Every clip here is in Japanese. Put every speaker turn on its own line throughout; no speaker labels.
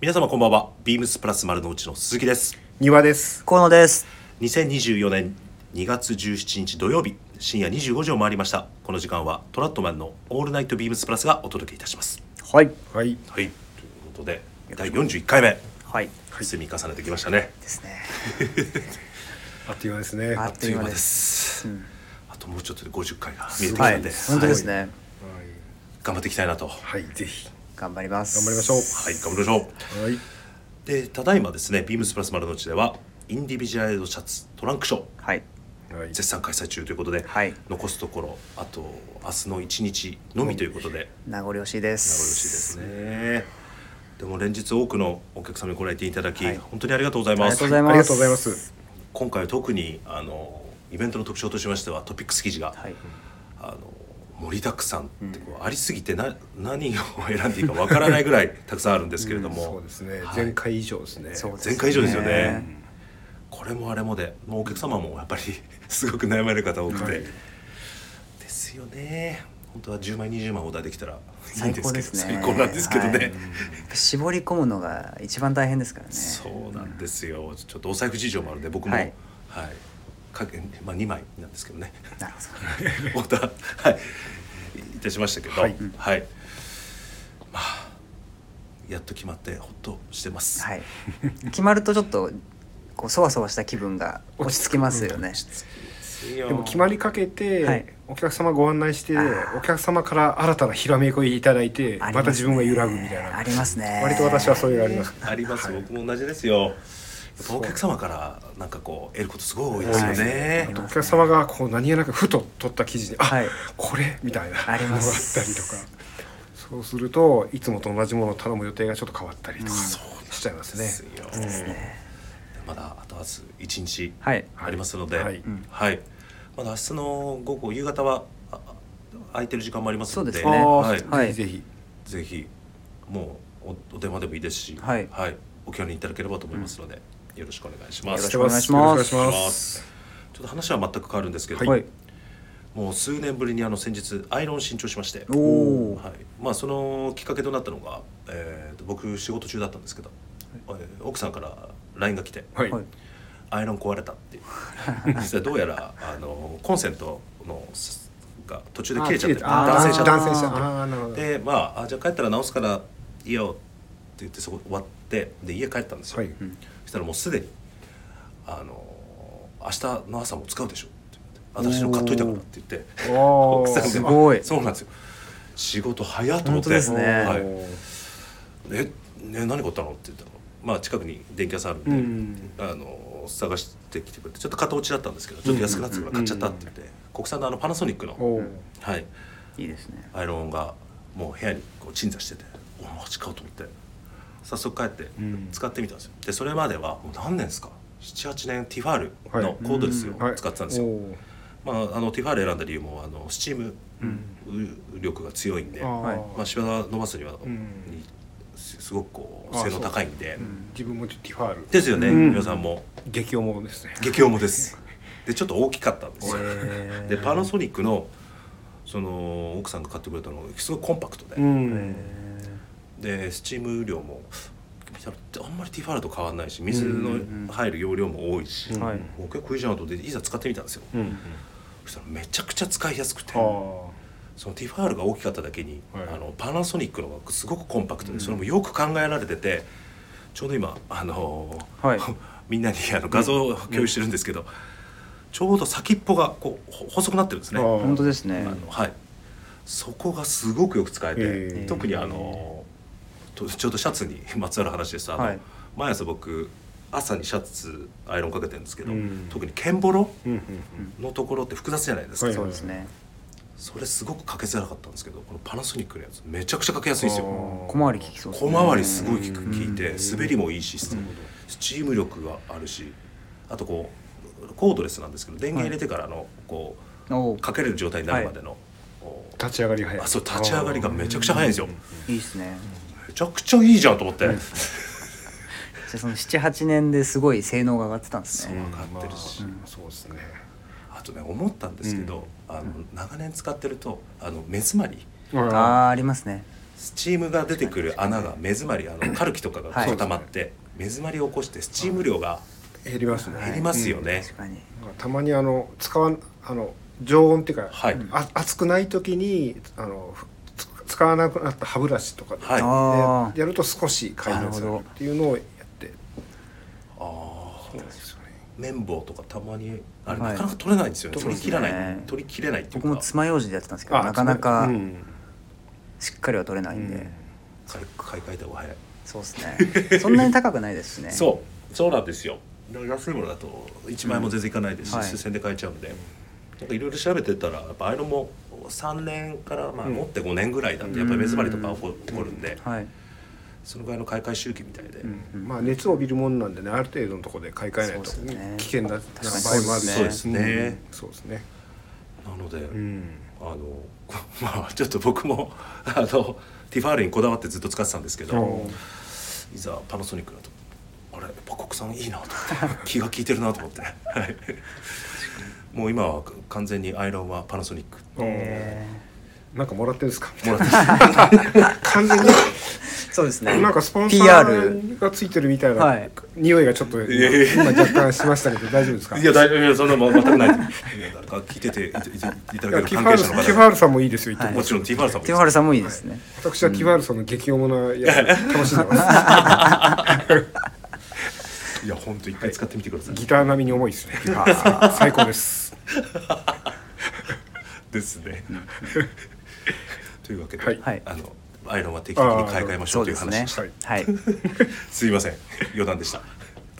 皆様こんばんはビームスプラス丸の内の鈴木です
庭です
河野です。
2024年2月17日土曜日深夜25時を回りましたこの時間はトラットマンのオールナイトビームスプラスがお届けいたします
はい。
は
はい
いということで第41回目
はい。
積み重ねてきましたね
ですね。
あっという間ですね
あ
あっという間です、
ん
あともうちょっとで50回が見えてき
は
た
い。
んで、
本当ですね。
頑張っていきたいなとは
はい、はい、ぜひ
頑張ります。
頑張りましょう
い頑張りましょう
はい
でただいまですねビームスプラス丸の内ではインディビジュアルドシャツトランクショー
はい。
はい
絶賛開催中ということで、
はい
残すところあと明日の1日のみということで、名残
名残惜しいで。
惜しいですすねでも連日多くのお客様にご来店いただき、
はい
本当にありがとうございます
ありがとうご
あ
ざいます
りがとうございます
今回は特にあのイベントの特徴としましてはトピックス記事が、
はい。
あの盛りだくさんってこう、ありすぎてな何を選んでいいかわからないぐらいたくさんあるんですけれども、
そうですね、
はい
前回以上ですね
そうです
前回以上ですよね。これもあれもで、もうお客様もやっぱり すごく悩まれる方多くて、
はい
ですよね。本当は10枚20枚オーダーできたらいいん
最
で
高
すけ
で
ど、
すね。
最高なんですけどね。
はいやっぱ絞り込むのが一番大変ですからね。
そうなんですよ。ちょっとお財布事情もあるんで僕もは
はいい、
かけまあ2枚なんですけどね。
なるほど。
オーダーはいいたしましたけど、は
はいい、
まあやっと決まってほっとしてます。
はい。決まるとちょっとこうそわそわした気分が落ち着きますよね。
で
でも決まりかけて、
はい
お客様ご案内して
あー
お客様から新たなひらめきをいただいてま
ありすね
た自分が揺らぐみたいな
ありますね。
割と私はそういうのあります
あります、僕も同じですよ。やっぱお客様からなんかこう得ることすごい多いですよね。
はい
お客様がこう何気なくふと取った記事にあ、
はい
これみたいなのがあ
あ
った
り
り
ま
とか
す
そうするといつもと同じものを頼む予定がちょっと変わったりとか
うん
し
そうなん
ちゃいますね。
で
ですす
よ
ね。
まだあと明日一日
はい。
ありますので、は
はいい、
うん
まだ明日の午後夕方はああ空いてる時間もありますので、
そうですね
あ
はい
ー、
はい
ぜひ
ぜ
ぜひ
ひもうおお電話でもいいですし、
はい
お気軽にいただければと思いますので、よろしくお願いしま
よろ
す。
しくお願いします
よろくお願いしま
ちょっと話は全く変わるんですけど、
はい。
もう数年ぶりにあの先日アイロン新調しまして、
おお
はいまあ、そのきっかけとなったのが、えーと僕仕事中だったんですけど、えー奥さんから LINE が来て
はい、
はい
「アイロン壊れた」 っていう実際どうやらあのコンセントのすが途中で切れちゃって
あー
断線しちゃった
断線しちゃったあーなるほど
でまああじゃあ帰ったら直すからいいよって言ってそこ終わってで家帰ったんですよ、
はい
そしたらもうすでに「あの明日の朝も使うでしょ」って言われて「私の買っといたから」って言って
おー
奥さんが
すごい
そうなんですよ仕事早っと思って
本当ですね
はい
おー
えね何買ったの?」って言ったら「まあ近くに電気屋さんあるんで、
うん
あの探してきてくれてちょっと片落ちだったんですけどちょっと安くなってたから買っちゃった」って言って、国産のあのパナソニックの、
おー
はい、
いいですね。
アイロンがもう部屋にこう鎮座してて「おマジか」と思って早速帰って
うん
使ってみたんですよ、でそれまではもう何年ですか78年ティファールのコードレスを
はい
使ってたんですよ、
おー
まあ、あのティファール選んだ理由もあのスチーム力が強いんで、
あー
はい
まあ、シワ伸ばすには、
ん
にすすごくこう
あー
性能高いんで、
自分もちょっとティファール
ですよね、
うん
皆さんも
激おもですね。
激重ですでちょっと大きかったんですよ
へー
でパナソニックのその奥さんが買ってくれたのがすごいコンパクトで、
うん。
でスチーム量もあんまりティファールと変わらないし水の入る容量も多いし、
うんはい
もう結構いいじゃんと思っていざ使ってみたんですよ、
うん。
そしたらめちゃくちゃ使いやすくて
ああ。
そのティファールが大きかっただけに、
はい
あのパナソニックのがすごくコンパクトで、それもよく考えられててちょうど今、あのー
はい
みんなにあの画像を共有してるんですけど、ちょうど先っぽがこうほ細くなってるんですね。
あー
本当ですね
あ。のはい、そこがすごくよく使えて、
えー
特にあのとちょうどシャツにまつわる話ですとあの、
はい
毎朝僕朝にシャツアイロンかけてるんですけど、
うん
特に剣ボロ
うんうん
のところって複雑じゃないですか、
はい
そうですね。
それすごくかけづらかったんですけどこのパナソニックのやつめちゃくちゃかけやすいんですよ
あ
小回り聞きそうです
小
ね。
回りすごい効く効いて
うん
滑りもいいしスチーム力があるしあとこうコードレスなんですけど電源入れてからのこ
お
うかけれる状態になるまでの、こう
立ち上がりが早い。
あそう立ち上がりがめちゃくちゃ早いんですよ
いいですね。
めちゃくちゃいいじゃんと思って
じゃあその七八年ですごい性能が上がってたんです
そう
ね。
上がってるし、
まあそうですね。
あとね思ったんですけど、あの長年使ってるとあの目詰まり
ああーありますね。
スチームが出てくる穴が目詰まりあのカルキとかが
はい
固まって目詰まりを起こしてスチーム量が
減りますね、
減りますよね
確かに
なんかたまにあの使わんあの常温っていうか、
はい
あ熱くない時にあのふつ使わなくなった歯ブラシとかで、
はい
ああ
やると少し改善する
なるほど
っていうのをやって
あー
そうですよね
綿棒とかたまにあれ
はい
なかなか取れないんですよね、
そ
取
う
り
です
切
ね
らない取り切れないっていう
僕
か
も爪楊枝でやってたんですけどなかなか
うん
しっかりは取れないんで、
うん
買い買い替えた方が早い、
そうですねそんなに高くないですしね
そうそうなんですよだから安いものだと1万円も全然いかないですし、
うんはい
数千円で買えちゃうんで、なんかいろいろ調べてたらやっぱああいうのも3年から、まあ、
うん
持って5年ぐらいだとやっぱり目詰まりとか起こ起こるんで、
はい
そのぐらいの買い替え周期みたいで、
うんまあ熱を帯びるもんなんでねある程度のところで買い替えないと
そうですね
危険なな場
確かに
合もある
そうです
ね
うんそうですね
なので、
うん
あのまあちょっと僕もあのティファールにこだわってずっと使ってたんですけど
そう
いざパナソニックだとあれやっぱ国産いいなと思って気が利いてるなと思ってはいもう今は完全にアイロンはパナソニック
え
なんかもらってるんですか
もらってます
完全に
ーそうですね
なんかスポンサ
PR
ーがついてるみたい
は
ない匂いがちょっと今
いやいや
今若干しましたけど大丈夫ですか
いや大丈夫いやそんなもん全くないいや誰か聞いてていたいたいた
い
だ
や
け
テ
る関
ィファー
係者
ルさん
の
テ
方
ィファールさんもいいですよ言っ
は
て
い
も
もちろんティファールさんもいい
ティ
で
フ
す
ァルさんもいいですね、
私はティファールさんの激おもなや つ楽しんでます
いや本当一回使ってみてください
ギター並みに重いです ね最高です
ですね。というわけで、
はい
はい
あのアイロンは定期的に買い替えましょ
そうう
とい
で
う
す
話で
ね
した。
はい
すいません、余談でした。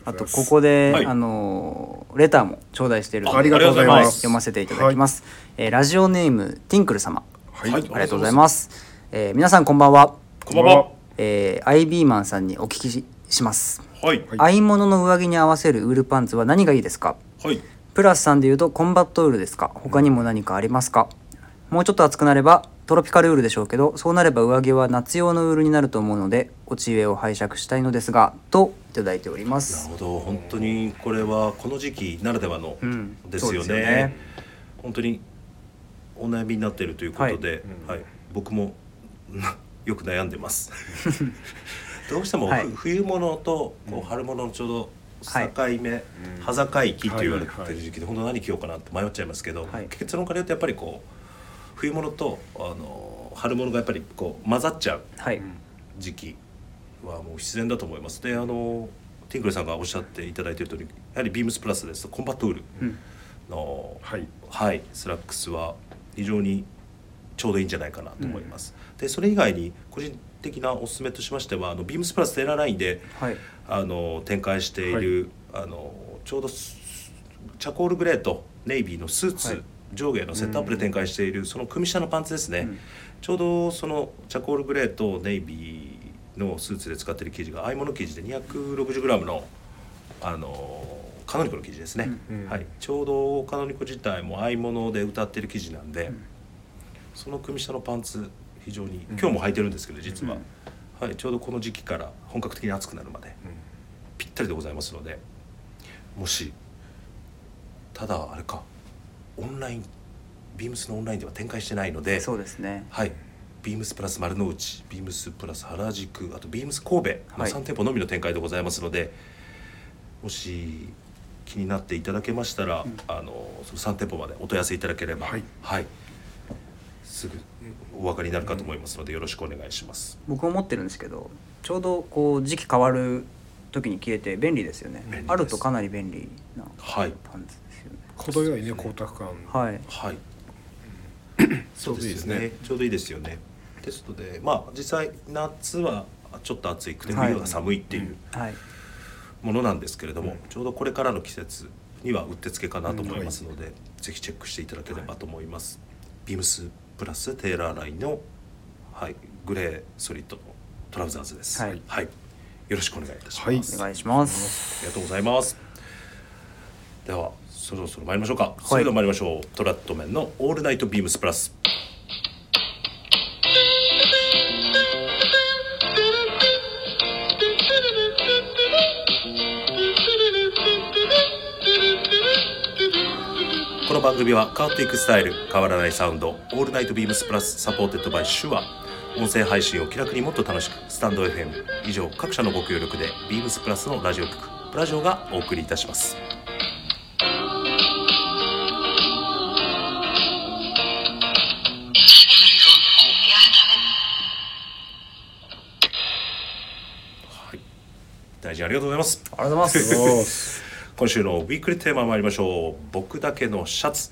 あとここで、
はい
あのーレターも頂戴しているので
ありがとうございます
は読ませていただきます、えーラジオネームティンクル様、
はい
ありがとうございます、えー皆さんこんばんは、
こんばんは。
えー、アイビーマンさんにお聞きしします、
はい
はい
合い物の上着に合わせるウールパンツは何がいいですか
はい。
プラスさんで言うとコンバットウールですか他にも何かありますか、もうちょっと暑くなればトロピカルウールでしょうけどそうなれば上着は夏用のウールになると思うので落ち上を拝借したいのですがといただいておりま
なる
す
ほど、本当にこれはこの時期ならではの
うん
ですよね。
そうですよね
本当にお悩みになっているということで、はい、僕もなよく悩んでます。どうしてもふ、
はい
冬物とこう春物のちょうど境目、
うん
端境期と言われ
はい
て
はい
る時期で、本当何着ようかなって迷っちゃいますけど、
はい
結論から言うとやっぱりこう冬物とあの春物がやっぱりこう混ざっちゃう。
はい、
時期はもう必然だと思いますであのティンクルさんがおっしゃっていただいている通りやはりビームスプラスですとコンバットウール
うん
の、
はい
はいスラックスは非常にちょうどいいんじゃないかなと思います、でそれ以外に個人的なおすすめとしましてはあのビームスプラステララインで
はい
あの展開している、あのちょうどスチャコールグレーとネイビーのスーツ、
はい
上下のセットアップで展開している、その組下のパンツですね、
うん
ちょうどそのチャコールグレーとネイビーのスーツで使っている生地が合い物生地で 260g のあのカノニコの生地ですね、
うん
はい、ちょうどカノニコ自体も合い物で歌ってる生地なんで、その組下のパンツ非常に今日も履いてるんですけど実は、はい、ちょうどこの時期から本格的に暑くなるまでぴったりでございますのでもしただあれかオンラインビームスのオンラインでは展開してないので
そうですね
はいビームスプラス丸の内ビームスプラス原宿あとビームス神戸の
はい
3店舗のみの展開でございますので、もし気になっていただけましたら、あのその3店舗までお問い合わせいただければ
はい
すぐお分かりになるかと思いますのでよろしくお願いします。
僕も持ってるんですけどちょうどこう時期変わる時に消えて便利ですよね
利です
あるとかなり便利な
はい
パンツですよね
程よいね光沢感
はい
はい。
そうですね
ちょうどいいですよね。ですので、まあ実際夏はちょっと暑くて
はい
冬は寒いっていう
はい
ものなんですけれども、ちょうどこれからの季節にはうってつけかなと思いますので、ぜひチェックしていただければと思います。ビームスプラステーラーラインのはいグレーソリッドのトラウザーズです。
はい
よろしくお願いいたします。
はい
お願いします
ありがとうございます。では、そろそろ参りましょうか。それでは参りましょう。トラットメンのオールナイトビームスプラス。この番組は変わっていくスタイル変わらないサウンド「オールナイトビームスプラス」サポーテッドバイシュア音声配信を気楽にもっと楽しくスタンド FM 以上各社のご協力でビームスプラスのラジオ局プラジオがお送りいたしますはい大臣ありがとうございます
ありがとうございます。
今週のウィークリーテーマ参りましょう僕だけのシャツ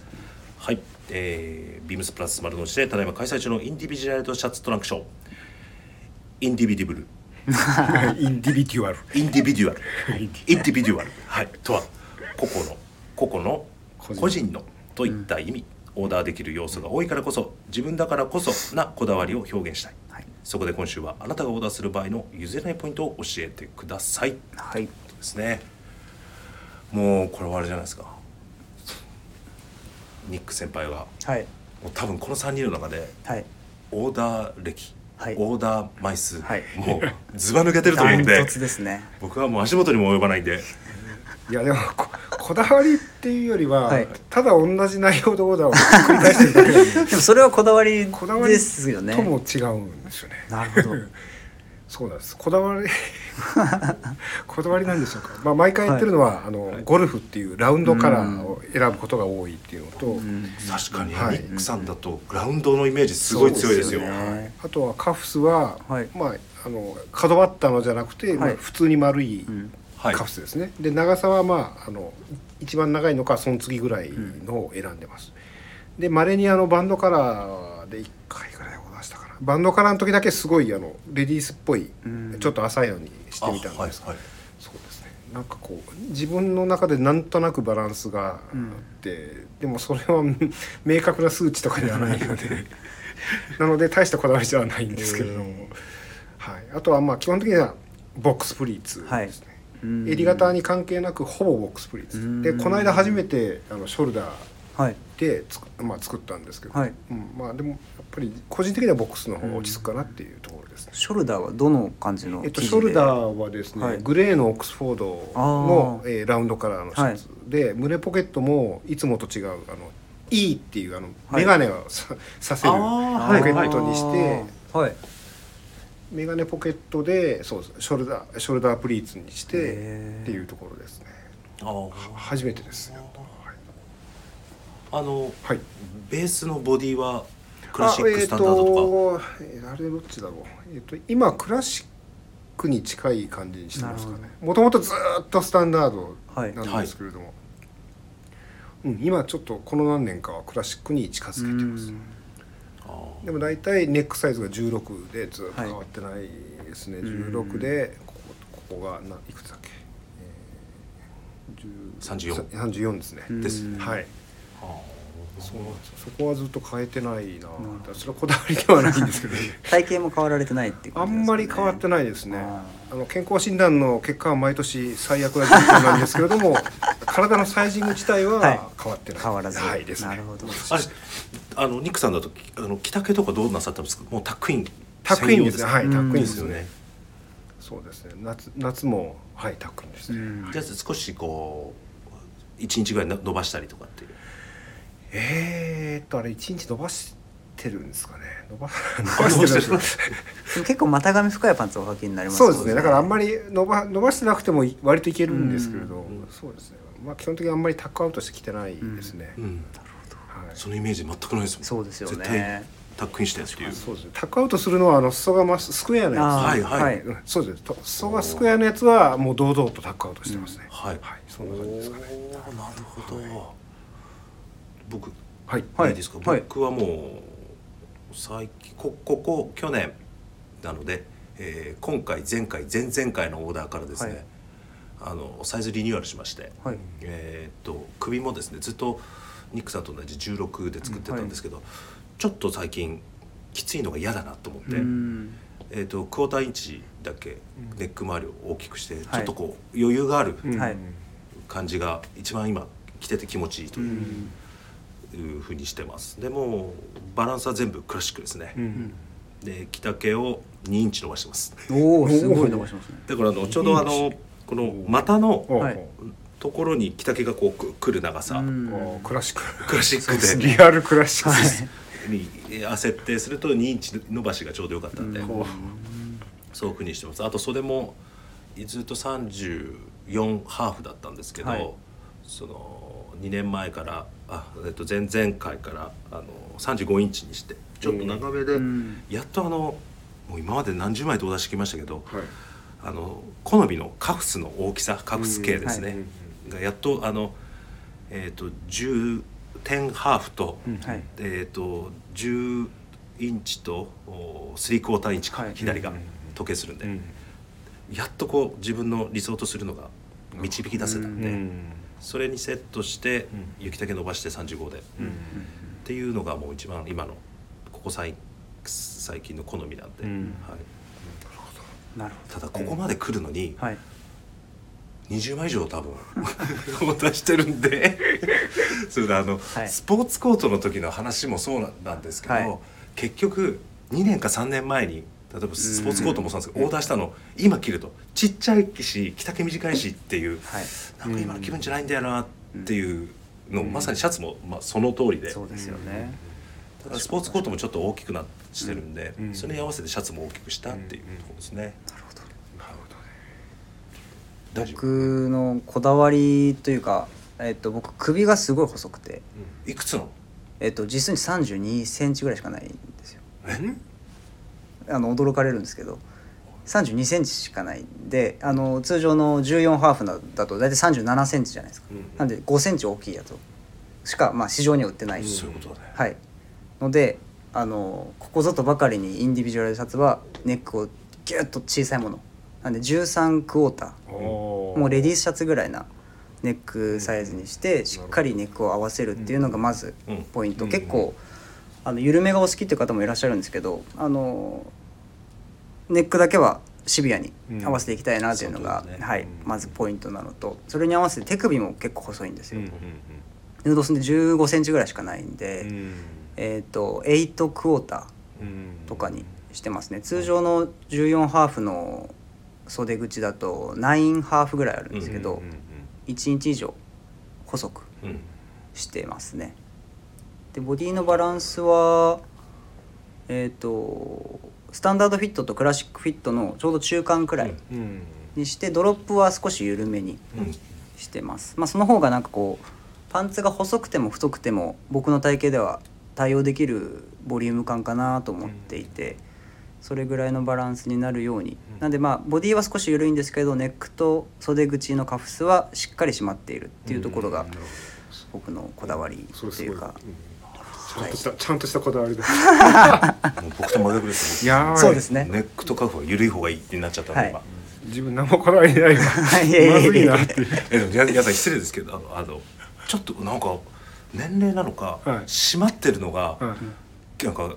はい、えー、ビームスプラス丸の内でただいま開催中のインディビジュアルとシャツトランクションインディビディブル
インディビデュアル
インディビデュアルインディビデュアルはいとは個々の個々の
個
個
人
人のといった意味、オーダーできる要素が多いからこそ自分だからこそなこだわりを表現したい、
はい
そこで今週はあなたがオーダーする場合の譲れないポイントを教えてください
はい。
ですねもうこれはあれじゃないですかニック先輩は
はい。
もう多分この3人の中で
はい。
オーダー歴、
はい
オーダー枚数、
はい
もうずば抜けてると思う ん
ダ
で
ントツですね。
僕はもう足元にも及ばないんで
いやでもここだわりっていうよりは、
はい
ただ同じ内容のオーダーを繰り返してるだけなんで
でもそれはこだわり
こだわり
ですよね。
とも違うんですよね
なるほど。
そうなんですこだわり こだわりなんでしょうか、まあ、毎回言ってるのは、あのゴルフっていうラウンドカラーを選ぶことが多いっていうのと、
うん
確かに、
はい
ニックさんだとグラウンドのイメージすごい強いですよ
そうですよね
あとはカフスは、
はい
まあ、あの角張ったのじゃなくて、まあ
はい
普通に丸い
うん
はい
カフスですね、で長さはまああの一番長いのかその次ぐらいのを選んでます、でまれにあのバンドカラーで1回ぐらいを出したかなバンドカラーの時だけすごいあのレディースっぽい、
うん
ちょっと浅いのにしてみたん
あはい
です、
はい
そうですねなんかこう自分の中でなんとなくバランスがあ
うん
って、でもそれは 明確な数値とかではない のでなので大したこだわりじゃないんですけれども、はい、あとはまあ基本的にはボックスプリーツですね、
うん
襟型に関係なくほぼボックスプリー
う
ツ
ん
でこの間初めてあのショルダー
はい。
でつく、まあ、作ったんですけど、
はい
うん、まあでもやっぱり個人的にはボックスの方が落ち着くかなっていうところですね。
ショルダーはどの感じの
えっと、
生地で？
ショルダーはですね、
はい
グレーのオックスフォードの
あ、
えーラウンドカラーのシャツ、で胸ポケットもいつもと違うあの E っていうあの、
はい
メガネをささせる
あ
ポ
ーはい
ケットにして
あー。はい。
メガネポケットでそうですショルダーショルダープリーツにして
へー
っていうところですね
あ
は初めてですやっと
ああの
はい、はい、
ベースのボディはクラシックスタンダードと
あえーとえーあれどっちだろう、えー、と今クラシックに近い感じにしてますか
な
ねもともとずーっとスタンダード
はい
なんですけれども、うん、今ちょっとこの何年かはクラシックに近づけてます
うん
かあ
でも大体ネックサイズが16でずっと変わってないですね、16でここここがないくつだっけ、えー
34
10 34ですね、
うん
です
はい
ーあ
そうなんですよそこはずっと変えてないなそれはこだわりではないんですけど
体型も変わられてないっていう
あ
感じ
んまり変わって
ない。
ないですね
あ
あの健康診断の結果は毎年最悪な状況なんですけれど も体のサイジング自体
はい
は変わってない、
変わらず。
はいですね
なるほど。
あれあのニックさんだとあの着丈とかどうなさったんですかもうタックイン
タックインですね
専
は
用か
いタックイン
で
ですす
よ
ね、
ね
そうですね夏夏もはいタックインです
う
ね、
ん
じゃあ少しこう1日ぐらいな伸ばしたりとかっていう
えー、っとあれ1日伸ばしてるんですかね伸 ば
伸ばしてる
伸ばしてる
でも結構股上深いパンツをお履きになります
そうですねだからあん
り
まり伸ば伸ばしてなくても割といけるんですけれど、
ん
そうですねまあ基本的にあんまりタックアウトしてきてないですね、
うん
はい
そのイメージ全くないですもん
そうですよね
絶対タックインしてっていう
そうですねタックアウトするのはあの裾がまっすスクエアの
あー
や
はいはい
は
つ
い
うんそうですと裾がスクエアのやつはもう堂々とタックアウトしてますね、
はい
はいそんな感じですかね
おーなるほど、僕
はい
はい
いいですか、
はい
僕はもう最近こここ去年なので、えー今回前回前々回のオーダーからですね、あのサイズリニューアルしまして、
はい
えーっと首もですねずっとニックさんと同じ16で作ってたんですけど、ちょっと最近きついのが嫌だなと思って、
うん
えー、とクォーターインチだけネック周りを大きくして、ちょっとこう余裕がある
うん
はい
感じが一番今着てて気持ちいいと
う
いうんいうふうにしてますでもうバランスは全部クラシックですね、
うん
で着丈を2インチ伸ばしてます
おおすごい伸ばしますね
だからあのちょうどあのこの股の
お
はい
ところに着丈がこうくくる長さ、
うん
おクラシック
クラシック
そうです
で
リアルクラシックで
は
す、
い
にえー設定すると2インチ伸ばしがちょうどよかったんで、
こ
そういうふうにしてますあと袖もずっと34ハーフだったんですけど、
はい
その2年前からあ、えっと、前々回からあの35インチにしてちょっと長めで、
うん
やっとあのもう今まで何十枚とお出してきましたけど、
うはい
あの好みのカフスの大きさカフス系ですね、がやっとあの、えー、と10点ハーフと,、
うん
はい
えー、と10インチとおスリークォーターインチか、
はい
左が
うんうんうん
時計するんで、
うん
やっとこう自分の理想とするのが導き出せたん
うん
で、
うん
それにセットして
うん
雪丈伸ばして35で、
う
っ
ん
ていうのがもう一番今のここ最最近の好みなんで、
うん
はい、
なるほ
ただここまで来るのに、
どはい
20枚以上多分 お出してるんでそれであの、
はい
スポーツコートの時の話もそうなんですけど、
はい
結局2年か3年前に例えばスポーツコートもそうなんですけど、オーダーしたの今着るとちっちゃいし着丈短いしっていう、
はい
なんか今の気分じゃないんだよなっていうの、まさにシャツも、まあ、その通りで
そうですよね
ただスポーツコートもちょっと大きくなってるんで、
うん
それに合わせてシャツも大きくしたっていうところですね。
なるほど
なるほどね大丈夫
僕のこだわりというかえっと僕首がすごい細くて
いくつなの
えっと実際に32センチぐらいしかないんですよ
え
あの驚かれるんですけど32センチしかないんであの通常の14ハーフなだと大体37センチじゃないですか、
うんうん
なんで5センチ大きいやつをしか、まあ、市場には売ってない、
そういうことだね。
はいのであのここぞとばかりにインディビジュアルシャツはネックをギュッと小さいものなんで13クォーター
おー
もうレディースシャツぐらいなネックサイズにしてしっかりネックを合わせるっていうのがまず
うん
ポイント、
うん
結構あの緩めがお好きっていう方もいらっしゃるんですけどあのネックだけはシビアに合わせていきたいなというのが、
うんそうですね
はい、
うん
まずポイントなのとそれに合わせて手首も結構細いんです
うん
よ、
うん
ヌードスで1 5ンチぐらいしかないんで、
うんうん
えっ、と8クォーター
うん
とかにしてますね通常の14ハーフの袖口だと9ハーフぐらいあるんですけど、
うんうんうん
1日以上細く
うん
してますねでボディのバランスはえっ、とスタンダードフィットとクラシックフィットのちょうど中間くらい
うんうん
にして、ドロップは少し緩めに
うん
してますまあその方がなんかこうパンツが細くても太くても僕の体型では対応できるボリューム感かなと思っていて、それぐらいのバランスになるように、
うん
なんでまあボディは少し緩いんですけどネックと袖口のカフスはしっかり締まっているっていうところが僕のこだわり
それ
と
す
い
ごいう
か、
んちゃんとしたちゃんとしたこだわりです
もう僕と真逆です
いやばい
そうですね
ネックとカフは緩い方がいいってなっちゃったんで、
はい
自分何もこだわりないわ
いやいや
ま
いや
ずいなって
今えでもややだ失礼ですけどあのあのちょっとなんか年齢なのか、
はい
締まってるのが、
う
なんか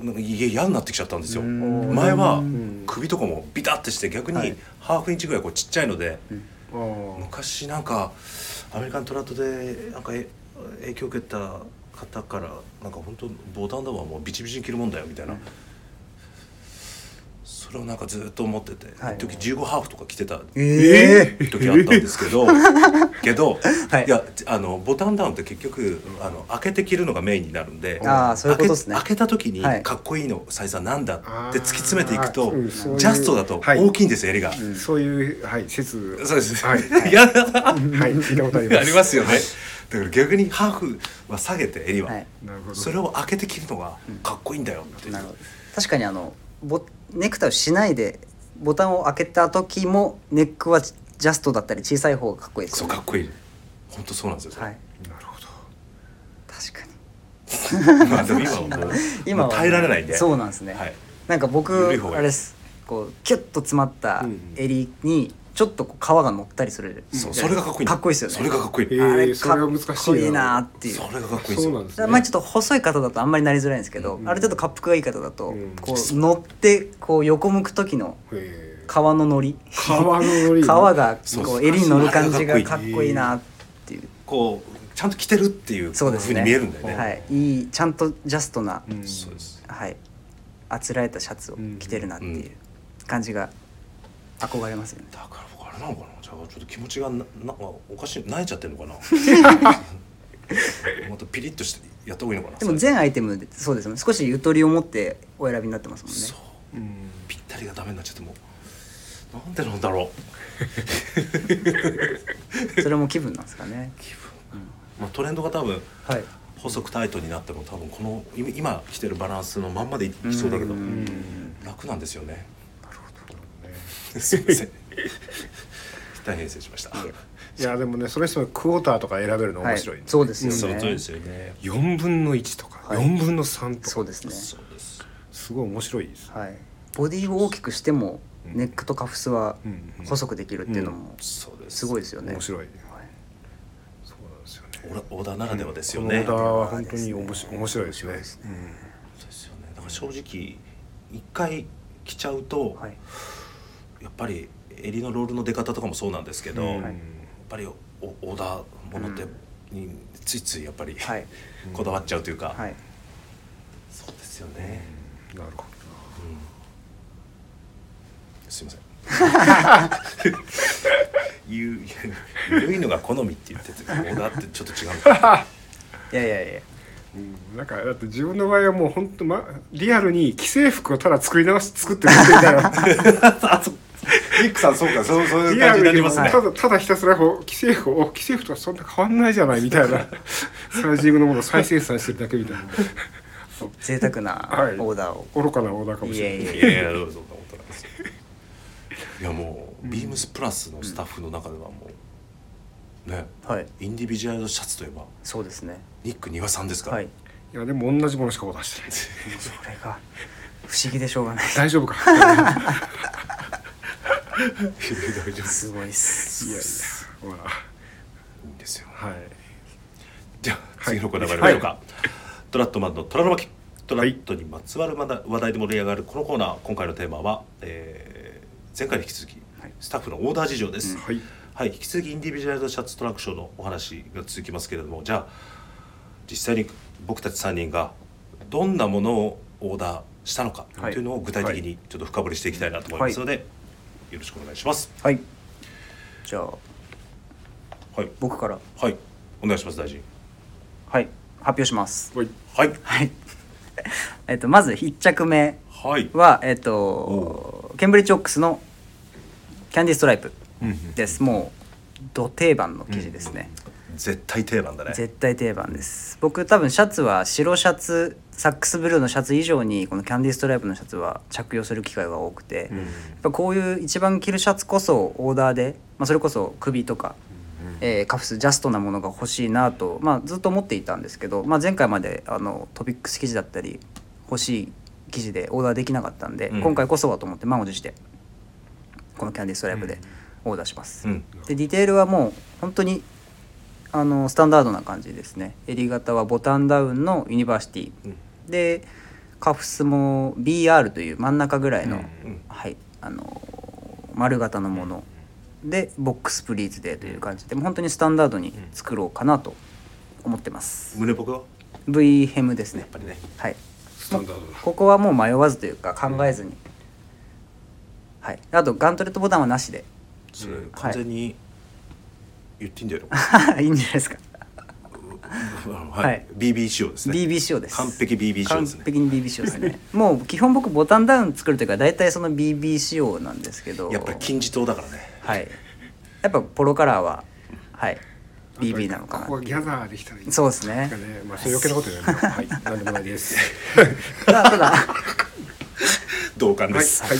なんかいや嫌になってきちゃったんですよ
うん
前は
ん
首とかもビタってして逆
は
に
い
ハーフインチぐらいこうちっちゃいので、
んあ
昔なんかアメリカントラットでなんかえ影響を受けた方からなんか本当ボタンだわもうビチビチに着るもんだよみたいな、それをなんかずっと思ってて、
はい
一時15ハーフとか着てた
え
え
時あったんですけど けど、
はい
い、やあのボタンダウンって結局あの開けて着るのがメインになるんで
あーそういうことっすね
開け開けた時に
はい
かっこいいのサイズはなんだ
あー
って突き詰めていくと、
うん
ジ
そういう
ャストだと
はい
大きいんですよ、襟が。
ーそういうはい説
そうです、
は い
いや
はい聞いた ことあります
ありますよね。だから逆にハーフは下げて襟は、
はい
なるほど
それを開けて着るのがかっこいいんだよっていう。
なるほど確かにあのボネクタイをしないでボタンを開けた時もネックはジャストだったり小さい方がかっこいいです
そう
よね
かっこいい。本当そうなんですよ。それ
はい
なるほど
確かに
まあでも今はもう
今は
もう耐えられないんで。
そうなんですね、
はい。
なんか僕
緩い方がいい
あれですこうキュッと詰まった襟にちょっとこう皮が乗ったりする
そうそれがかっこいいんだ。
かっこいいですよね
それがかっこいい。
え
あ
ー
あれ
それ
か
は
っ
難しいな
こいいなっていう
それがかっこいいです
そ
よ
うなんです
だから
ね
まあちょっと細い方だとあんまりなりづらいんですけど、
うん
ある程度滑幅がいい方だと、
うん
こう乗ってこう横向く時の
へー
皮の乗り
皮の乗り
皮が
そう
こ
そう
う襟に乗る感じがか
か
っ
っ
こ
こ
い
い
い
い
なっていう
こうちゃんと着てるっていう
そう
風
ですね
に見えるんだよね。
はい、いいちゃんとジャストな、
うん
そうです。
はいあつらえたシャツを着てるなって
うんう
いうん感じが憧れますよね、
だから僕あれなのかな。じゃあちょっと気持 ちがななんかおかしい、慣れちゃってるのかな。またピリッとしてやった方がいいのかな
でも
それ
全アイテムでそうですもんね少しゆとりを持ってお選びになってますもんね
そうぴったりがダメになっちゃってもうなんでなんだろう
それも気分なんですかね
まあ、トレンドが多分
はい
細くタイトになっても多分この今今来てるバランスのまんまでいきそうだけど
うん
楽なんですよね
ね
すいません大変失礼しました
いやでもねそれにしてもクォーターとか選べるの面白い、ね
はい、そうですよね
その通りですよね
4分の1とか、
はい
4分の3とか
そうですね
そうです
すごい面白いです、
はいボディを大きくしてもネックとカフスは
うんうん
細くできるっていうのも
そうです
すごいですよね
面白い、
はい
そうなんですよね
オラオーダーならではですよ
この
ね
オーダーは本当におもし面白いですね
面白いです
そうですよねだから正直一回着ちゃうと、
はい
やっぱり襟のロールの出方とかもそうなんですけど、
うん
やっぱりおオーダーものって、についついやっぱり、
はい
こだわっちゃうというか、
はい
そうですよね、
なるほ
すい ませんゆうゆるいのが好みって言っててオーダーってちょっと違うんだ
いやいやいや
ど、うん、なんかだって自分の場合はもう本当まリアルに既製服をただ作り直し作ってるってみたいな
リックさんそうかそうそういう
リ
感
ア
じになり
ルに
ま
も
す
た
ね
だただひたすらこう既製服をお既製服とはそんな変わんないじゃないみたいな サイジングのものを再生産してるだけみたいな
贅沢な
はい
オーダーを、
愚かなオーダーかもしれない
いえいえ
いやいやそんなことないですよいやもう、ビームスプラスのスタッフの中ではもうね
はい
インディビジュアルシャツといえば
そうですね
ニック庭さんですから、
はい
いやでも同じものしかオーダーしてない
それが不思議でしょうがない
大丈夫か
大丈夫
すごいっす
いやいやほら
いいんですよ
はい
じゃあ次のコーナー参りま
は
し
い
ょうか、トラットマンの虎の巻トラ
はい
ットにまつわるまだ話題で盛り上がるこのコーナー今回のテーマは、えー前回に引き続き
はい
スタッフのオーダー事情です、
はい
はい、引き続きインディビジュアルシャツトランクションのお話が続きますけれどもじゃあ実際に僕たち3人がどんなものをオーダーしたのか
はい
というのを具体的にちょっと深掘りしていきたいなと思いますので、よろしくお願いします。
はいじゃあ
はい、
僕から
はい、お願いします大臣。
はい発表します
はい
はい、
はい えっとまず1着目
はい、
はえっとケンブリッジオックスのキャンディーストライプですもうど定番の生地ですね、
絶対定番だね。
絶対定番です僕多分シャツは白シャツサックスブルーのシャツ以上にこのキャンディーストライプのシャツは着用する機会が多くて、やっぱこういう一番着るシャツこそオーダーで、まあ、それこそ首とか、えーカフスジャストなものが欲しいなと、まあ、ずっと思っていたんですけど、まあ、前回まであのトピックス記事だったり欲しい記事でオーダーできなかったんで、
うん
今回こそはと思って満を持してこのキャンディーストライプでオーダーします。
うん、
でディテールはもう本当にあのスタンダードな感じですね襟型はボタンダウンのユニバーシティ、
うん
でカフスも BR という真ん中ぐらいの、
うん
はいあの丸型のもの、でボックスプリーズデーという感じでもう本当にスタンダードに作ろうかなと思ってます、
胸ポケはや
V ヘムですね
っぱりね。
はい
スタンダードだ
ここはもう迷わずというか考えずに、はいあとガントレットボタンはなしで
それ完全に言っていいんだよ。
いいんじゃないですか
あの
は
はいい、BB 仕様ですね。
BB 仕様です
完璧 BB 仕様です
完
ね。
璧に BB 仕様ですねもう基本僕ボタンダウン作るというか大体その BB 仕様なんですけど
やっぱり金字塔だからね。
はいやっぱポロカラーははい BB なのか
ここ
な
はギャザーできたらいい
そうですね
なんかねまあそういう余計なこと言 わないはいなんでもないです
ただただ
同感
は
で
い
す。
はい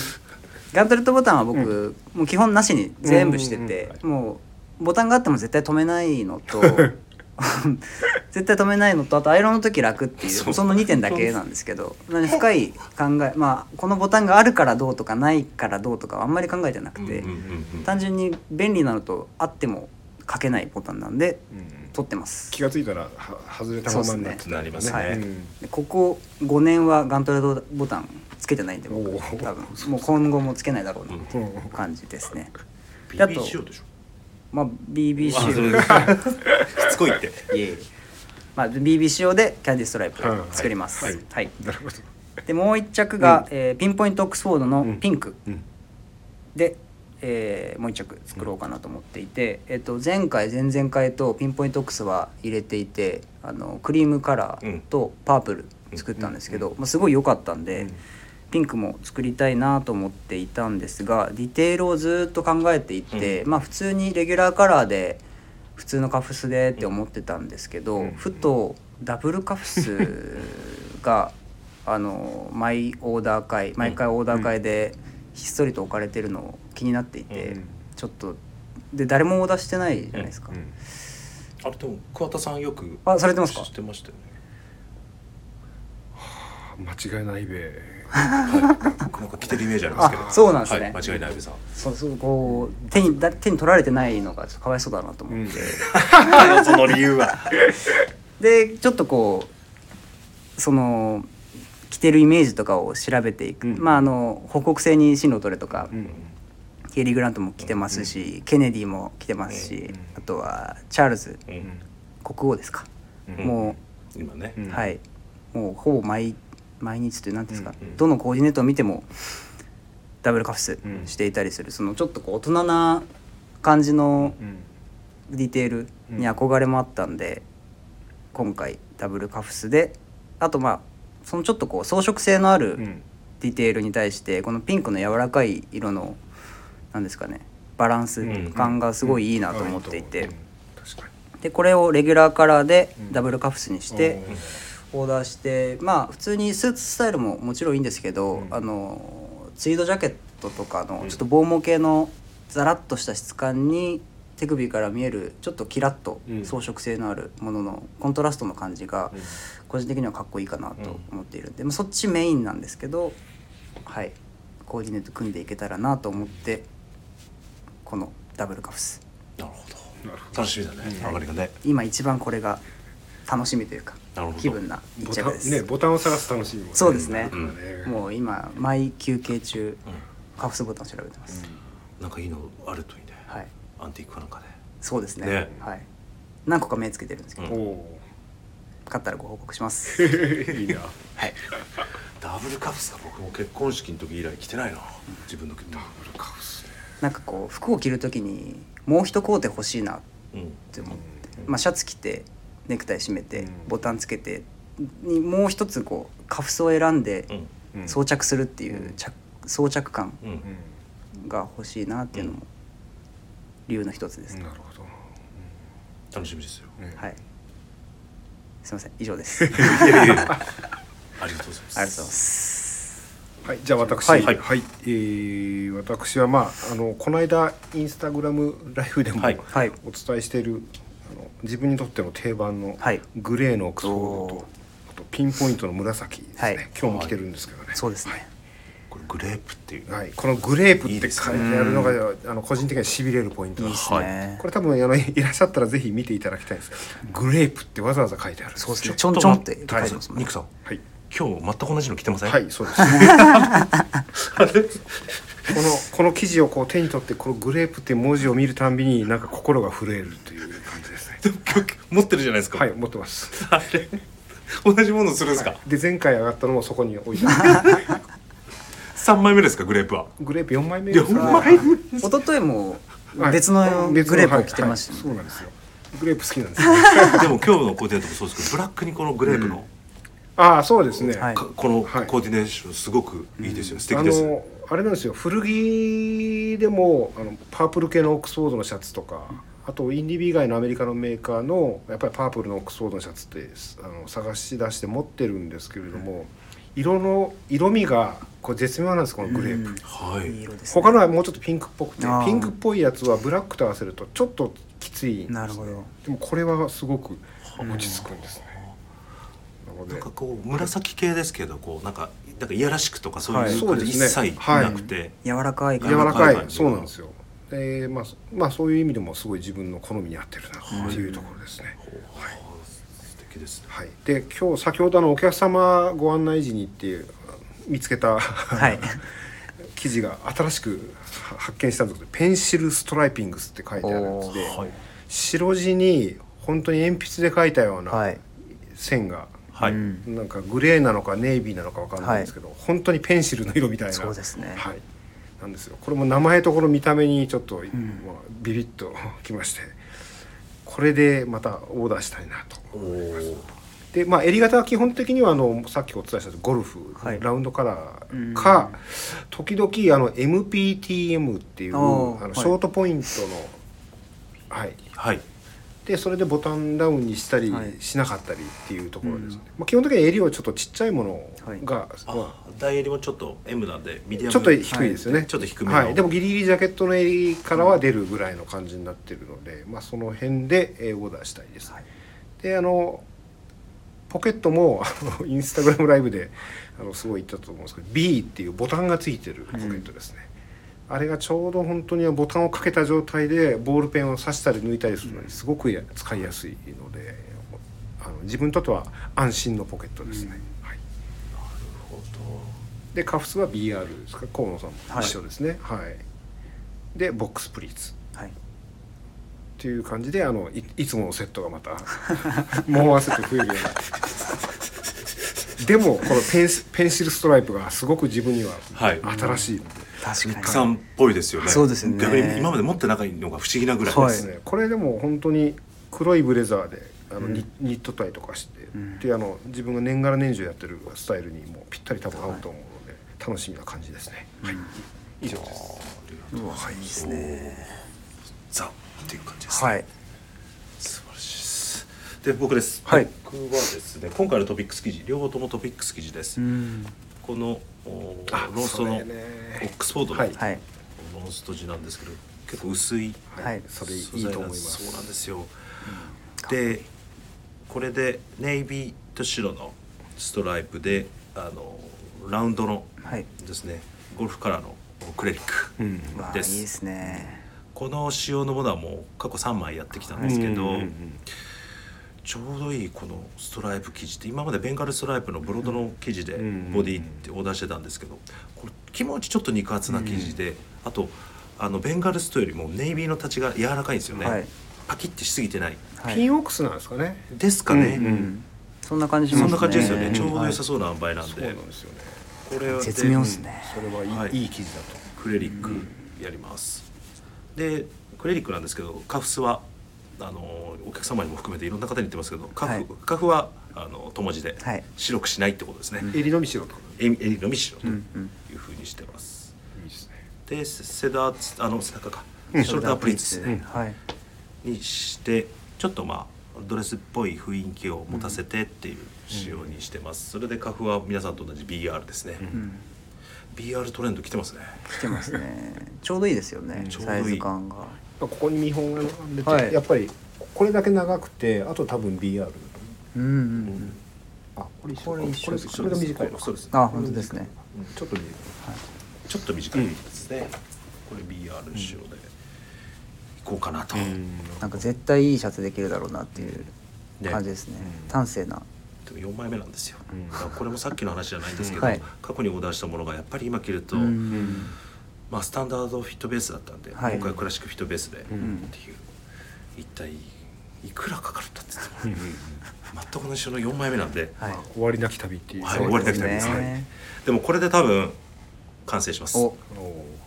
ガントレットボタンは僕、もう基本なしに全部して
うんうん
て、
う
もうボタンがあっても絶対止めないのと絶対止めないのとあとアイロンの時楽っていう
そ
そうの2点だけなんですけどなので深い考えまあこのボタンがあるからどうとかないからどうとかはあんまり考えてなくて、
うんうんうんうん
単純に便利なのとあってもかけないボタンなんで
うん
取ってます
気がついたらは外れたままになってた
なります
はい
ね。
でここ5年はガントレットボタンつけてないんで僕
おお
多分もう今後もつけないだろうな
うん
うん
感じですねであと
BB 仕様でしょ。
まあ BB
あそ
仕
れ
様
で しつこいって。
いえいえまあ BB 仕様でキャンディーストライプ
はい
作ります
はい
はい
なるほど
でもう一着が、えーピンポイントオックスフォードのピンク、
うん
で、えーもう一着作ろうかなと思っていて、えっと、前回前々回とピンポイントックスは入れていてあのクリームカラーとパープル作ったんですけど、まあ、すごい良かったんで、
うん
ピンクも作りたいなと思っていたんですがディテールをずっと考えていて、まあ普通にレギュラーカラーで普通のカフスでって思ってたんですけど、
うん
ふとダブルカフスがあの毎オーダー会毎回オーダー会でひっそりと置かれてるの気になっていて、
うん
ちょっとで誰もオーダーしてないじゃないですか、
うんうんあれでも桑田さんよく
あされてますか
知ってましたよね
間違いないべ
はい、なんか着てるイメージありますけど。
あそうなんですね
はい、間違いないべさん。
そうそうこう手にだ手に取られてないのがちょっとかわいそうだなと思って、
その理由は。
でちょっとこうその着てるイメージとかを調べていく、
うん
まああの報告制に進路取れとか、
うん
ケリー・グラントも着てますし、ケネディも着てますし、
うん
あとはチャールズ
う
うんん
国王ですか、
うん
も
今ね。
う
う、
ん
はいもうほぼ毎毎日というなんていうんですか、
うんうん
どのコーディネートを見てもダブルカフス
うん
していたりする、そのちょっとこう大人な感じの
うん
ディテールに憧れもあったんで、今回ダブルカフスであとまあそのちょっとこう装飾性のあ
う
る
ん
ディテールに対してこのピンクの柔らかい色のなんですかねバランス
うん
感がすごいいいなと思っていて、
うん確かに
でこれをレギュラーカラーで
うん
ダブルカフスにして、オーダーしてまあ普通にスーツスタイルももちろんいいんですけど、
うん
あのツイードジャケットとかの
うん
ちょっと防毛系のザラッとした質感に手首から見えるちょっとキラッと
うん
装飾性のあるもののコントラストの感じが
うん
個人的にはかっこいいかな
う
と
ん
思っているんで、まあ、そっちメインなんですけどはいコーディネート組んでいけたらなと思ってこのダブルカフス
なるほど。楽しみだね。上がりがね。
今一番これが楽しみというか
なるほど
気分な一
ボタ
着です。
ンねボタンを探す楽しみもね
そうですね、
うん
もう今毎休憩中、
う
カフスボタン調べてます、
なんかいいのあるといいね。
はい
アンティークかなんかで。
そうですね
ね
はい何個か目つけてるんですけど、
うん
お
買ったらご報告しま す
おいいな
はい
ダブルカフスか、僕も結婚式の時以来着てないな。自分のダブルカフス。
なんかこう服を着る時にもう一工程欲しいなっ
うん。
て思って、まあ、シャツ着てネクタイ締めて、
うん
ボタンつけてにもう一つこうカフスを選んで
うん。
うん
装着するっていう、着装着感
う
うん
ん。
が欲しいなっていうのも理由の一つです、
なるほど
楽しみですよ。
ね
はいすいません以上です ありが
いやいやいやありがとうございます。
とうございます
はい、じゃあ私、
は
はいい、えー私はまああのこの間インスタグラムライフでも
はい
はい
お伝えしているあの自分にとっての定番の
はい
グレーのオックスフォード
おー
とあとピンポイントの紫ですね、
はい
今日も着てるんですけどね、
そうですね。
これグレープっていう。
はい、このグレープ
いい
って
ですね
感じでやるのがあの個人的にはしびれるポイント
いい
で
ですすね。
これ多分あの いらっしゃったらぜひ見ていただきたいんですグレープってわざわざ書いてあるんです
そうですね。ち
ちょ
ょ
っ
ん
と
ちょんっ
待
て書い
ってて
ありますもん
ニ
ね
ク。さん。
はい
今日全く同じの着てません。
はい、そうです。こ のこの記事をこう手に取ってこのグレープっていう文字を見るたんびになんか心が震えるという感じですね。
持ってるじゃないですか。
はい、持ってます。
あれ同じものするんですか、
で前回上がったのもそこに置いてあ る。
三3枚目ですかグレープは
グレープ四枚目
4枚目
一昨日も
はい
別の
別
グレープを着てました
はい
ね。
そうなんですよ。グレープ好きなんですね。
でも今日のコーディネートもそうですけどブラックにこのグレープの、
ああ、そうですね。
はい
かこのコ
はい
ーディネーションすごくいいですよね、素
あ
敵です、
のあれなんですよ古着でもあのパープル系のオックスフォードのシャツとかあとインディビー以外のアメリカのメーカーのやっぱりパープルのオックスフォードのシャツってあの探し出して持ってるんですけれども色の色味がこれ絶妙なんですこのグレープ、
はい
いい色ですね。
他のはもうちょっとピンクっぽくて
あー
ピンクっぽいやつはブラックと合わせるとちょっときついんですね
なるほど。
でもこれはすごく落ち着くんですね、なの
なん
で
かこう紫系ですけどこうなんかなんかいやらしくとかそう
はいいうそう
感
で
じ一
すね
切なくて、
柔らかい
柔
感
ら
じ。
かい、
はい
そうなんですよで、まあ、そまあそういう意味でもすごい自分の好みに合ってるなっていうところですね、
はい素敵ですね
はいで今日先ほどあのお客様ご案内時にっていう見つけた、
はい。
記事が新しくは発見したんですけど「ペンシルストライピングス」って書いてあるんですで、
はい
白地に本当に鉛筆で描いたよう
は。
ない線が、
はい、
うん
なんかグレーなのかネイビーなのかわかんないんですけど、本当にペンシルの色みたいな
そうですね
はい、なんですよこれも名前とこの見た目にちょっと、
ん
まあ、ビビッと きましてこれでまたオーダーしたいなと
おー
でまあ襟型は基本的にはあのさっきお伝えしたゴルフ、
はい
ラウンドカラー
うん
か、時々あの MPTM っていうあ
おー
の
はい
ショートポイントの、はい、
はい
でそれでボタンダウンにしたり
はい
しなかったりっていうところですね、まあ、基本的に襟をちょっとちっちゃいものが、まあ
あダイエリもちょっと M なんでミディアム
ちょっと低いですよね、
はいちょっと低めの
はい、でもギリギリジャケットの襟からは出るぐらいの感じになってるので、まあ、その辺でえーオーダーしたいです、であのポケットもあのインスタグラムライブであのすごい言ったと思うんですけど B っていうボタンがついてるポケットですね、あれがちょうど本当にボタンをかけた状態でボールペンを刺したり抜いたりするのにすごくや使いやすいのであの自分にとっては安心のポケットですね、はい、でカフスは BR ですか河野さんも一緒ですねはい、でボックスプリーツ
はい
っていう感じであのいいつものセットがまたもう合わせて増えるようなでもこのペンスペンシルストライプがすごく自分には
はい
新しいので、
確かに
たくさんっぽいですよね
そうですね
逆に今まで持ってなかったのが不思議なぐらいで
はい
す、
ねこれでも本当に黒いブレザーであのニ,、ニットタイとかして、
ん
であの自分が年がら年中やってるスタイルにもうぴったり多分合うと思うので、楽しみな感じですね、はい以上です
いいですね
ザっていう感じですね、
はい
素晴らしいですで僕です、
はい
僕はですね今回のトピックス記事両方ともトピックス記事です、
うん
このお
あ
ローストのオ
それね
ックスフォードの
はい
ロ
はい
ースト地なんですけど結構薄い
はい
それいい
素
と思
材
い
な
ま
んですそうなんですよ、でこれでネイビーと白のストライプであのラウンドの
はい
ですねゴルフカラーのクレリック、
うん
うわいい
で
ですすね
この仕様のものはもう過去3枚やってきたんですけど、
うんうんうん
ちょうどいいこのストライプ生地って今までベンガルストライプのブロードの生地で
うん
ボディってオーダーしてたんですけどこれ気持ちちょっと肉厚な生地で、あとあのベンガルストよりもネイビーの立ちが柔らかいんですよね、
はい
パキッてしすぎてない
はい
ピンオックスなんですかね、
ですかね、
うんう
うんそんな感じします
そん
ね
な感じですよね、
うん
ちょうど良さそうな塩梅なん
そ
で、
うなんですよね
これは
絶妙ですね
それはいい,、
はい
い、い記事だと
クレリックやります、でクレリックなんですけどカフスはあのお客様にも含めていろんな方に言ってますけどカフ,、
はい
カフはあの友字で、
はい
白くしないってことですね、
襟のみしろと
ええ襟のみ白と
う
い
んうん
うふうにしてます、
いいですね
でセセダーツあの背中かショルダープリーツですね、
はい
にしてちょっとまあドレスっぽい雰囲気を持たせてっていう仕様にしてます、それでカフは皆さんと同じ BR ですね、
うん、
BR トレンド来てますね
来てますねちょうどいいですよね
うんちょうど
サ
いい
イズ感が
ここに見本が並んでて、
はい
やっぱりこれだけ長くてあと多分 BR
うんうんうん
あこれ一緒
これ一緒
これ
です
これが短いの
そうです
あ本当ですね
ちょっと短い
ちょっと短いですね、これ BR 仕様でいこうかなと、
なんか絶対いいシャツできるだろうなっていう
ね
感じですね
うん
端正な
でも4枚目なんですよ、
うん
だからこれもさっきの話じゃないんですけど、
はい
過去にオーダーしたものがやっぱり今着ると、
うん
まあ、スタンダードフィットベースだったんで、
はい
今回クラシックフィットベースで、
ん
っていう一体いくらかかるんだって言っても全く同じの4枚目なんで、
はい
終わりなき旅っていう、
はい
そう
終わりなき旅
で
ですす
ね
ねでもこれで多分完成します
お
おー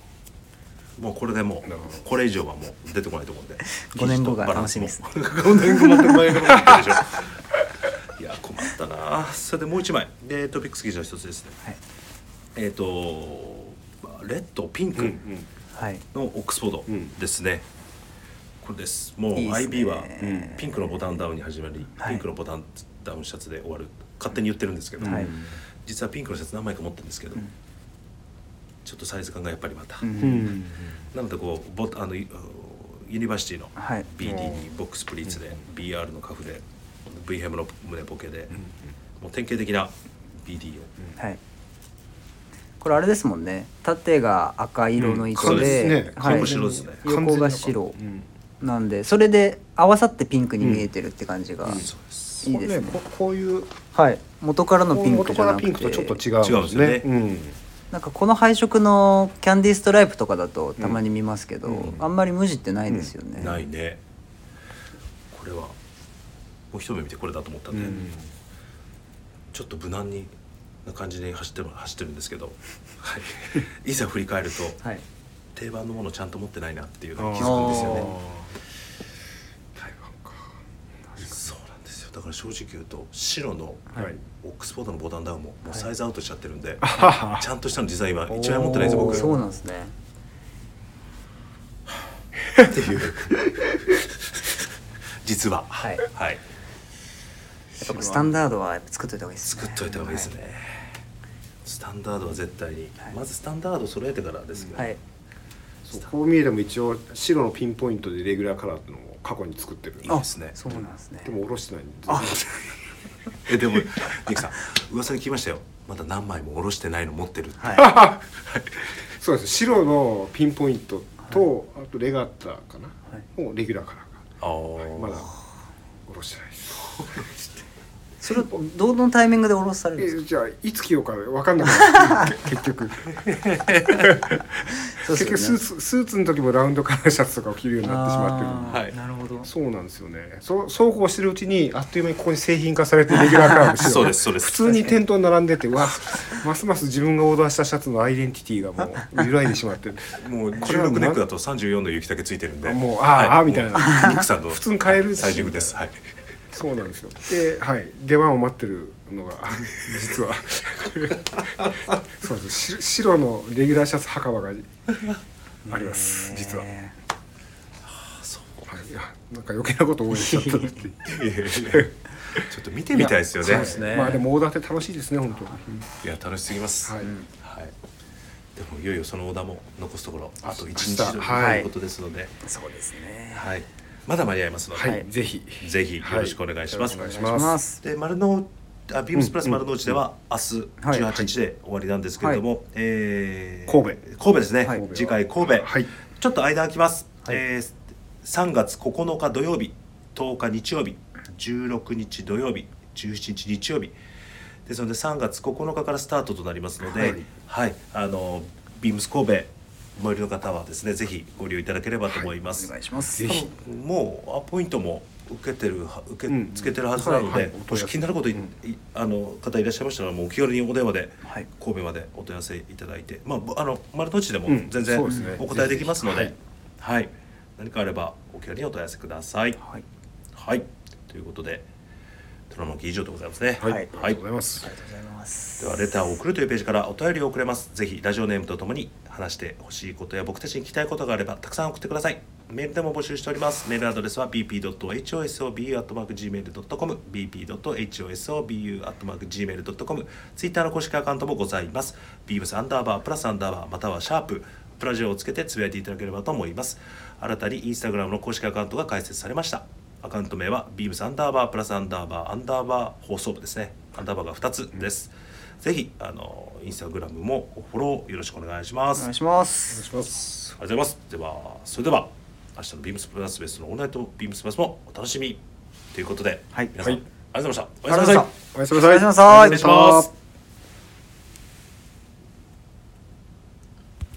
もうこれでも
なるほど
うこれ以上はもう出てこないと思うんで
5年後が楽しみですね
5年後待って前から待ってるでしょいや困ったなそれでもう一枚でトピックス記事の一つですね
はい
えっ、とまあレッドピン
うんう
ク
ん
はい
のオックスフォー
うん
ドですね、これですもう
いいですね
IB は
うん
ピンクのボタンダウンに始まり、
はい
ピンクのボタンダウンシャツで終わる勝手に言ってるんですけど、
はい
実はピンクのシャツ何枚か持ってるんですけど、
うん
ちょっとサイズ感がやっぱりまた、
う
うんん
なのでこうボあのいユニバーシティの
はい
BD にボックスプリーツで BR のカフで V ヘムの胸ボケでもう典型的な BD を
はいこれあれですもんね縦が赤色の
う
糸
んそう
で,、
ですね
完
はい、
全に白ですね
横が白
うん
なんでそれで合わさってピンクに見えてるって感じが、
そうです
いいですね
これここういう
はい元からの
こう
ピンク
元
じゃ
か
な
ら
くて
ピンクとちょっと違
違
う
うんですよね
うん
なんかこの配色のキャンディーストライプとかだとたまに見ますけど、
うん
あんまり無地ってないですよね、
ないねこれはもう一目見てこれだと思ったんで、
うん
ちょっと無難にな感じで走ってる走ってるんですけど、はい、いざ振り返ると、
はい
定番のものちゃんと持ってないなっていうの
あ
が
ー
気づくんですよね。
台湾か
そうなんですよだから正直言うと白の
はい
オックスフォードのボタンダウンももうサイズアウトしちゃってるんで、
は
ちゃんとしたの実は今 一枚持ってないんですよ
おー
僕
そうなんですね
っていう実は
はい
はい、
やっぱスタンダードはやっぱ作っといた方がいいですね
作っといた方がいいですね、スタンダードは絶対に、
はい
まずスタンダード揃えてからですけど、
はい、はい
そうこう見えても一応白のピンポイントでレギュラーカラーっていうのも過去に作ってる
いいですね
あそうなんですね
でも下ろしてないんで
あ
えでもニキさん噂に聞きましたよまだ何枚も下ろしてないの持ってるって、
は
そうです白のピンポイントと、あとレガッタかな、
い
もうレギュラーカラ
あ
ーが
ー
まだ下ろしてないです
いそれをどのタイミングで下ろされるんです
えじゃあいつ着ようか分かんなくなる結 局
かそう
結
で
局ス
すよ
ー
ね
ツスーツの時もラウンドカラーシャツとかを着るようになってしまってるんで
あー
はい
なるほど
そうなんですよね。そうそうこうしてるうちにあっという間にここに製品化されてレギュラーカラーの 白
そうですそうです
普通に店頭に並んでてうわますます自分がオーダーしたシャツのアイデンティティがもう揺らいでしまって
もう
これは
16ネックだと34の雪だけついてるんで
もうあーあーみたいな
もうニックさんの
普通に買えるし
サイジングです はい
そうなんですよ。で、はい、出番を待ってるのが実はそうですし白のレギュラーシャツ墓場があります実は。
え
はいあなんか余計なこと応援しちゃった っていう。
いやいやいやちょっと見てみたいですよね
や
い
そう
ね
まあでもオーダーって楽しいですね本当に。
や楽しすぎます
はい。
はいでもいよいよそのオーダーも残すところあと1日
明日
と
はい
いうことですので、
ーそうですね
はいまだ間に合いますので、
はい、ぜひ。
ぜひよろしくお願いします、
はいよろしくお
お願いします
で丸のあビームスプラス丸の内では明日
はい
18日で終わりなんですけれども、えー
神戸
神戸ですね、
はい
次回神戸、
はい
ちょっと間空きます、
はい
えー3月9日土曜日10日日曜日16日土曜日17日日曜日ですので3月9日からスタートとなりますので、は
はいい
あのビームス神戸最寄りの方はですねぜひご利用いただければと思います。
お願いします
ぜひ
もうアポイントも受けてるは受け
うん
付けてるはずなので、
はいはい
もし気になることい、いあの方いらっしゃいましたらもうお気軽にお電話で
はい
神戸までお問い合わせいただいて、まあぼあの丸の内でも
うん
全
そ
然
うですね
お答えできますので、
ぜ
はい、何かあればお気軽にお問い合わせください。
はい
はい、ということで虎巻以上でございますね。
はい、
は
ありがとう
い
ございます
あ。りがとうございます
ではレターを送るというページからお便りを送れますぜひラジオネームとともに話してほしいことや僕たちに聞きたいことがあればたくさん送ってくださいメールでも募集しておりますメールアドレスは bp.hosobu.gmail.com bp.hosobu.gmail.com ツイッターの公式アカウントもございます beams アンダーバープラスアンダーバーまたはシャーププラジオをつけてつぶやいていただければと思います新たにインスタグラムの公式アカウントが開設されましたアカウント名は beams アンダーバープラスアンダーバーアンダーバー放送部ですねアンダーバーが2つです、ぜひあのインスタグラムもフォローよろしくお願いしま
お
す。
願
あ
い
り
します
お願いします。
がとうございます。ではそれでは明日のビームスプラスベースのオールナイトビームスプラスもお楽しみということで、
はい
皆さん、
はい
ありがとうございました。お
ありが
や
とう
す
ご
み
ざい
な
ま
さ
し
い
おやす
た
みな
おやすみなさい
お願いします。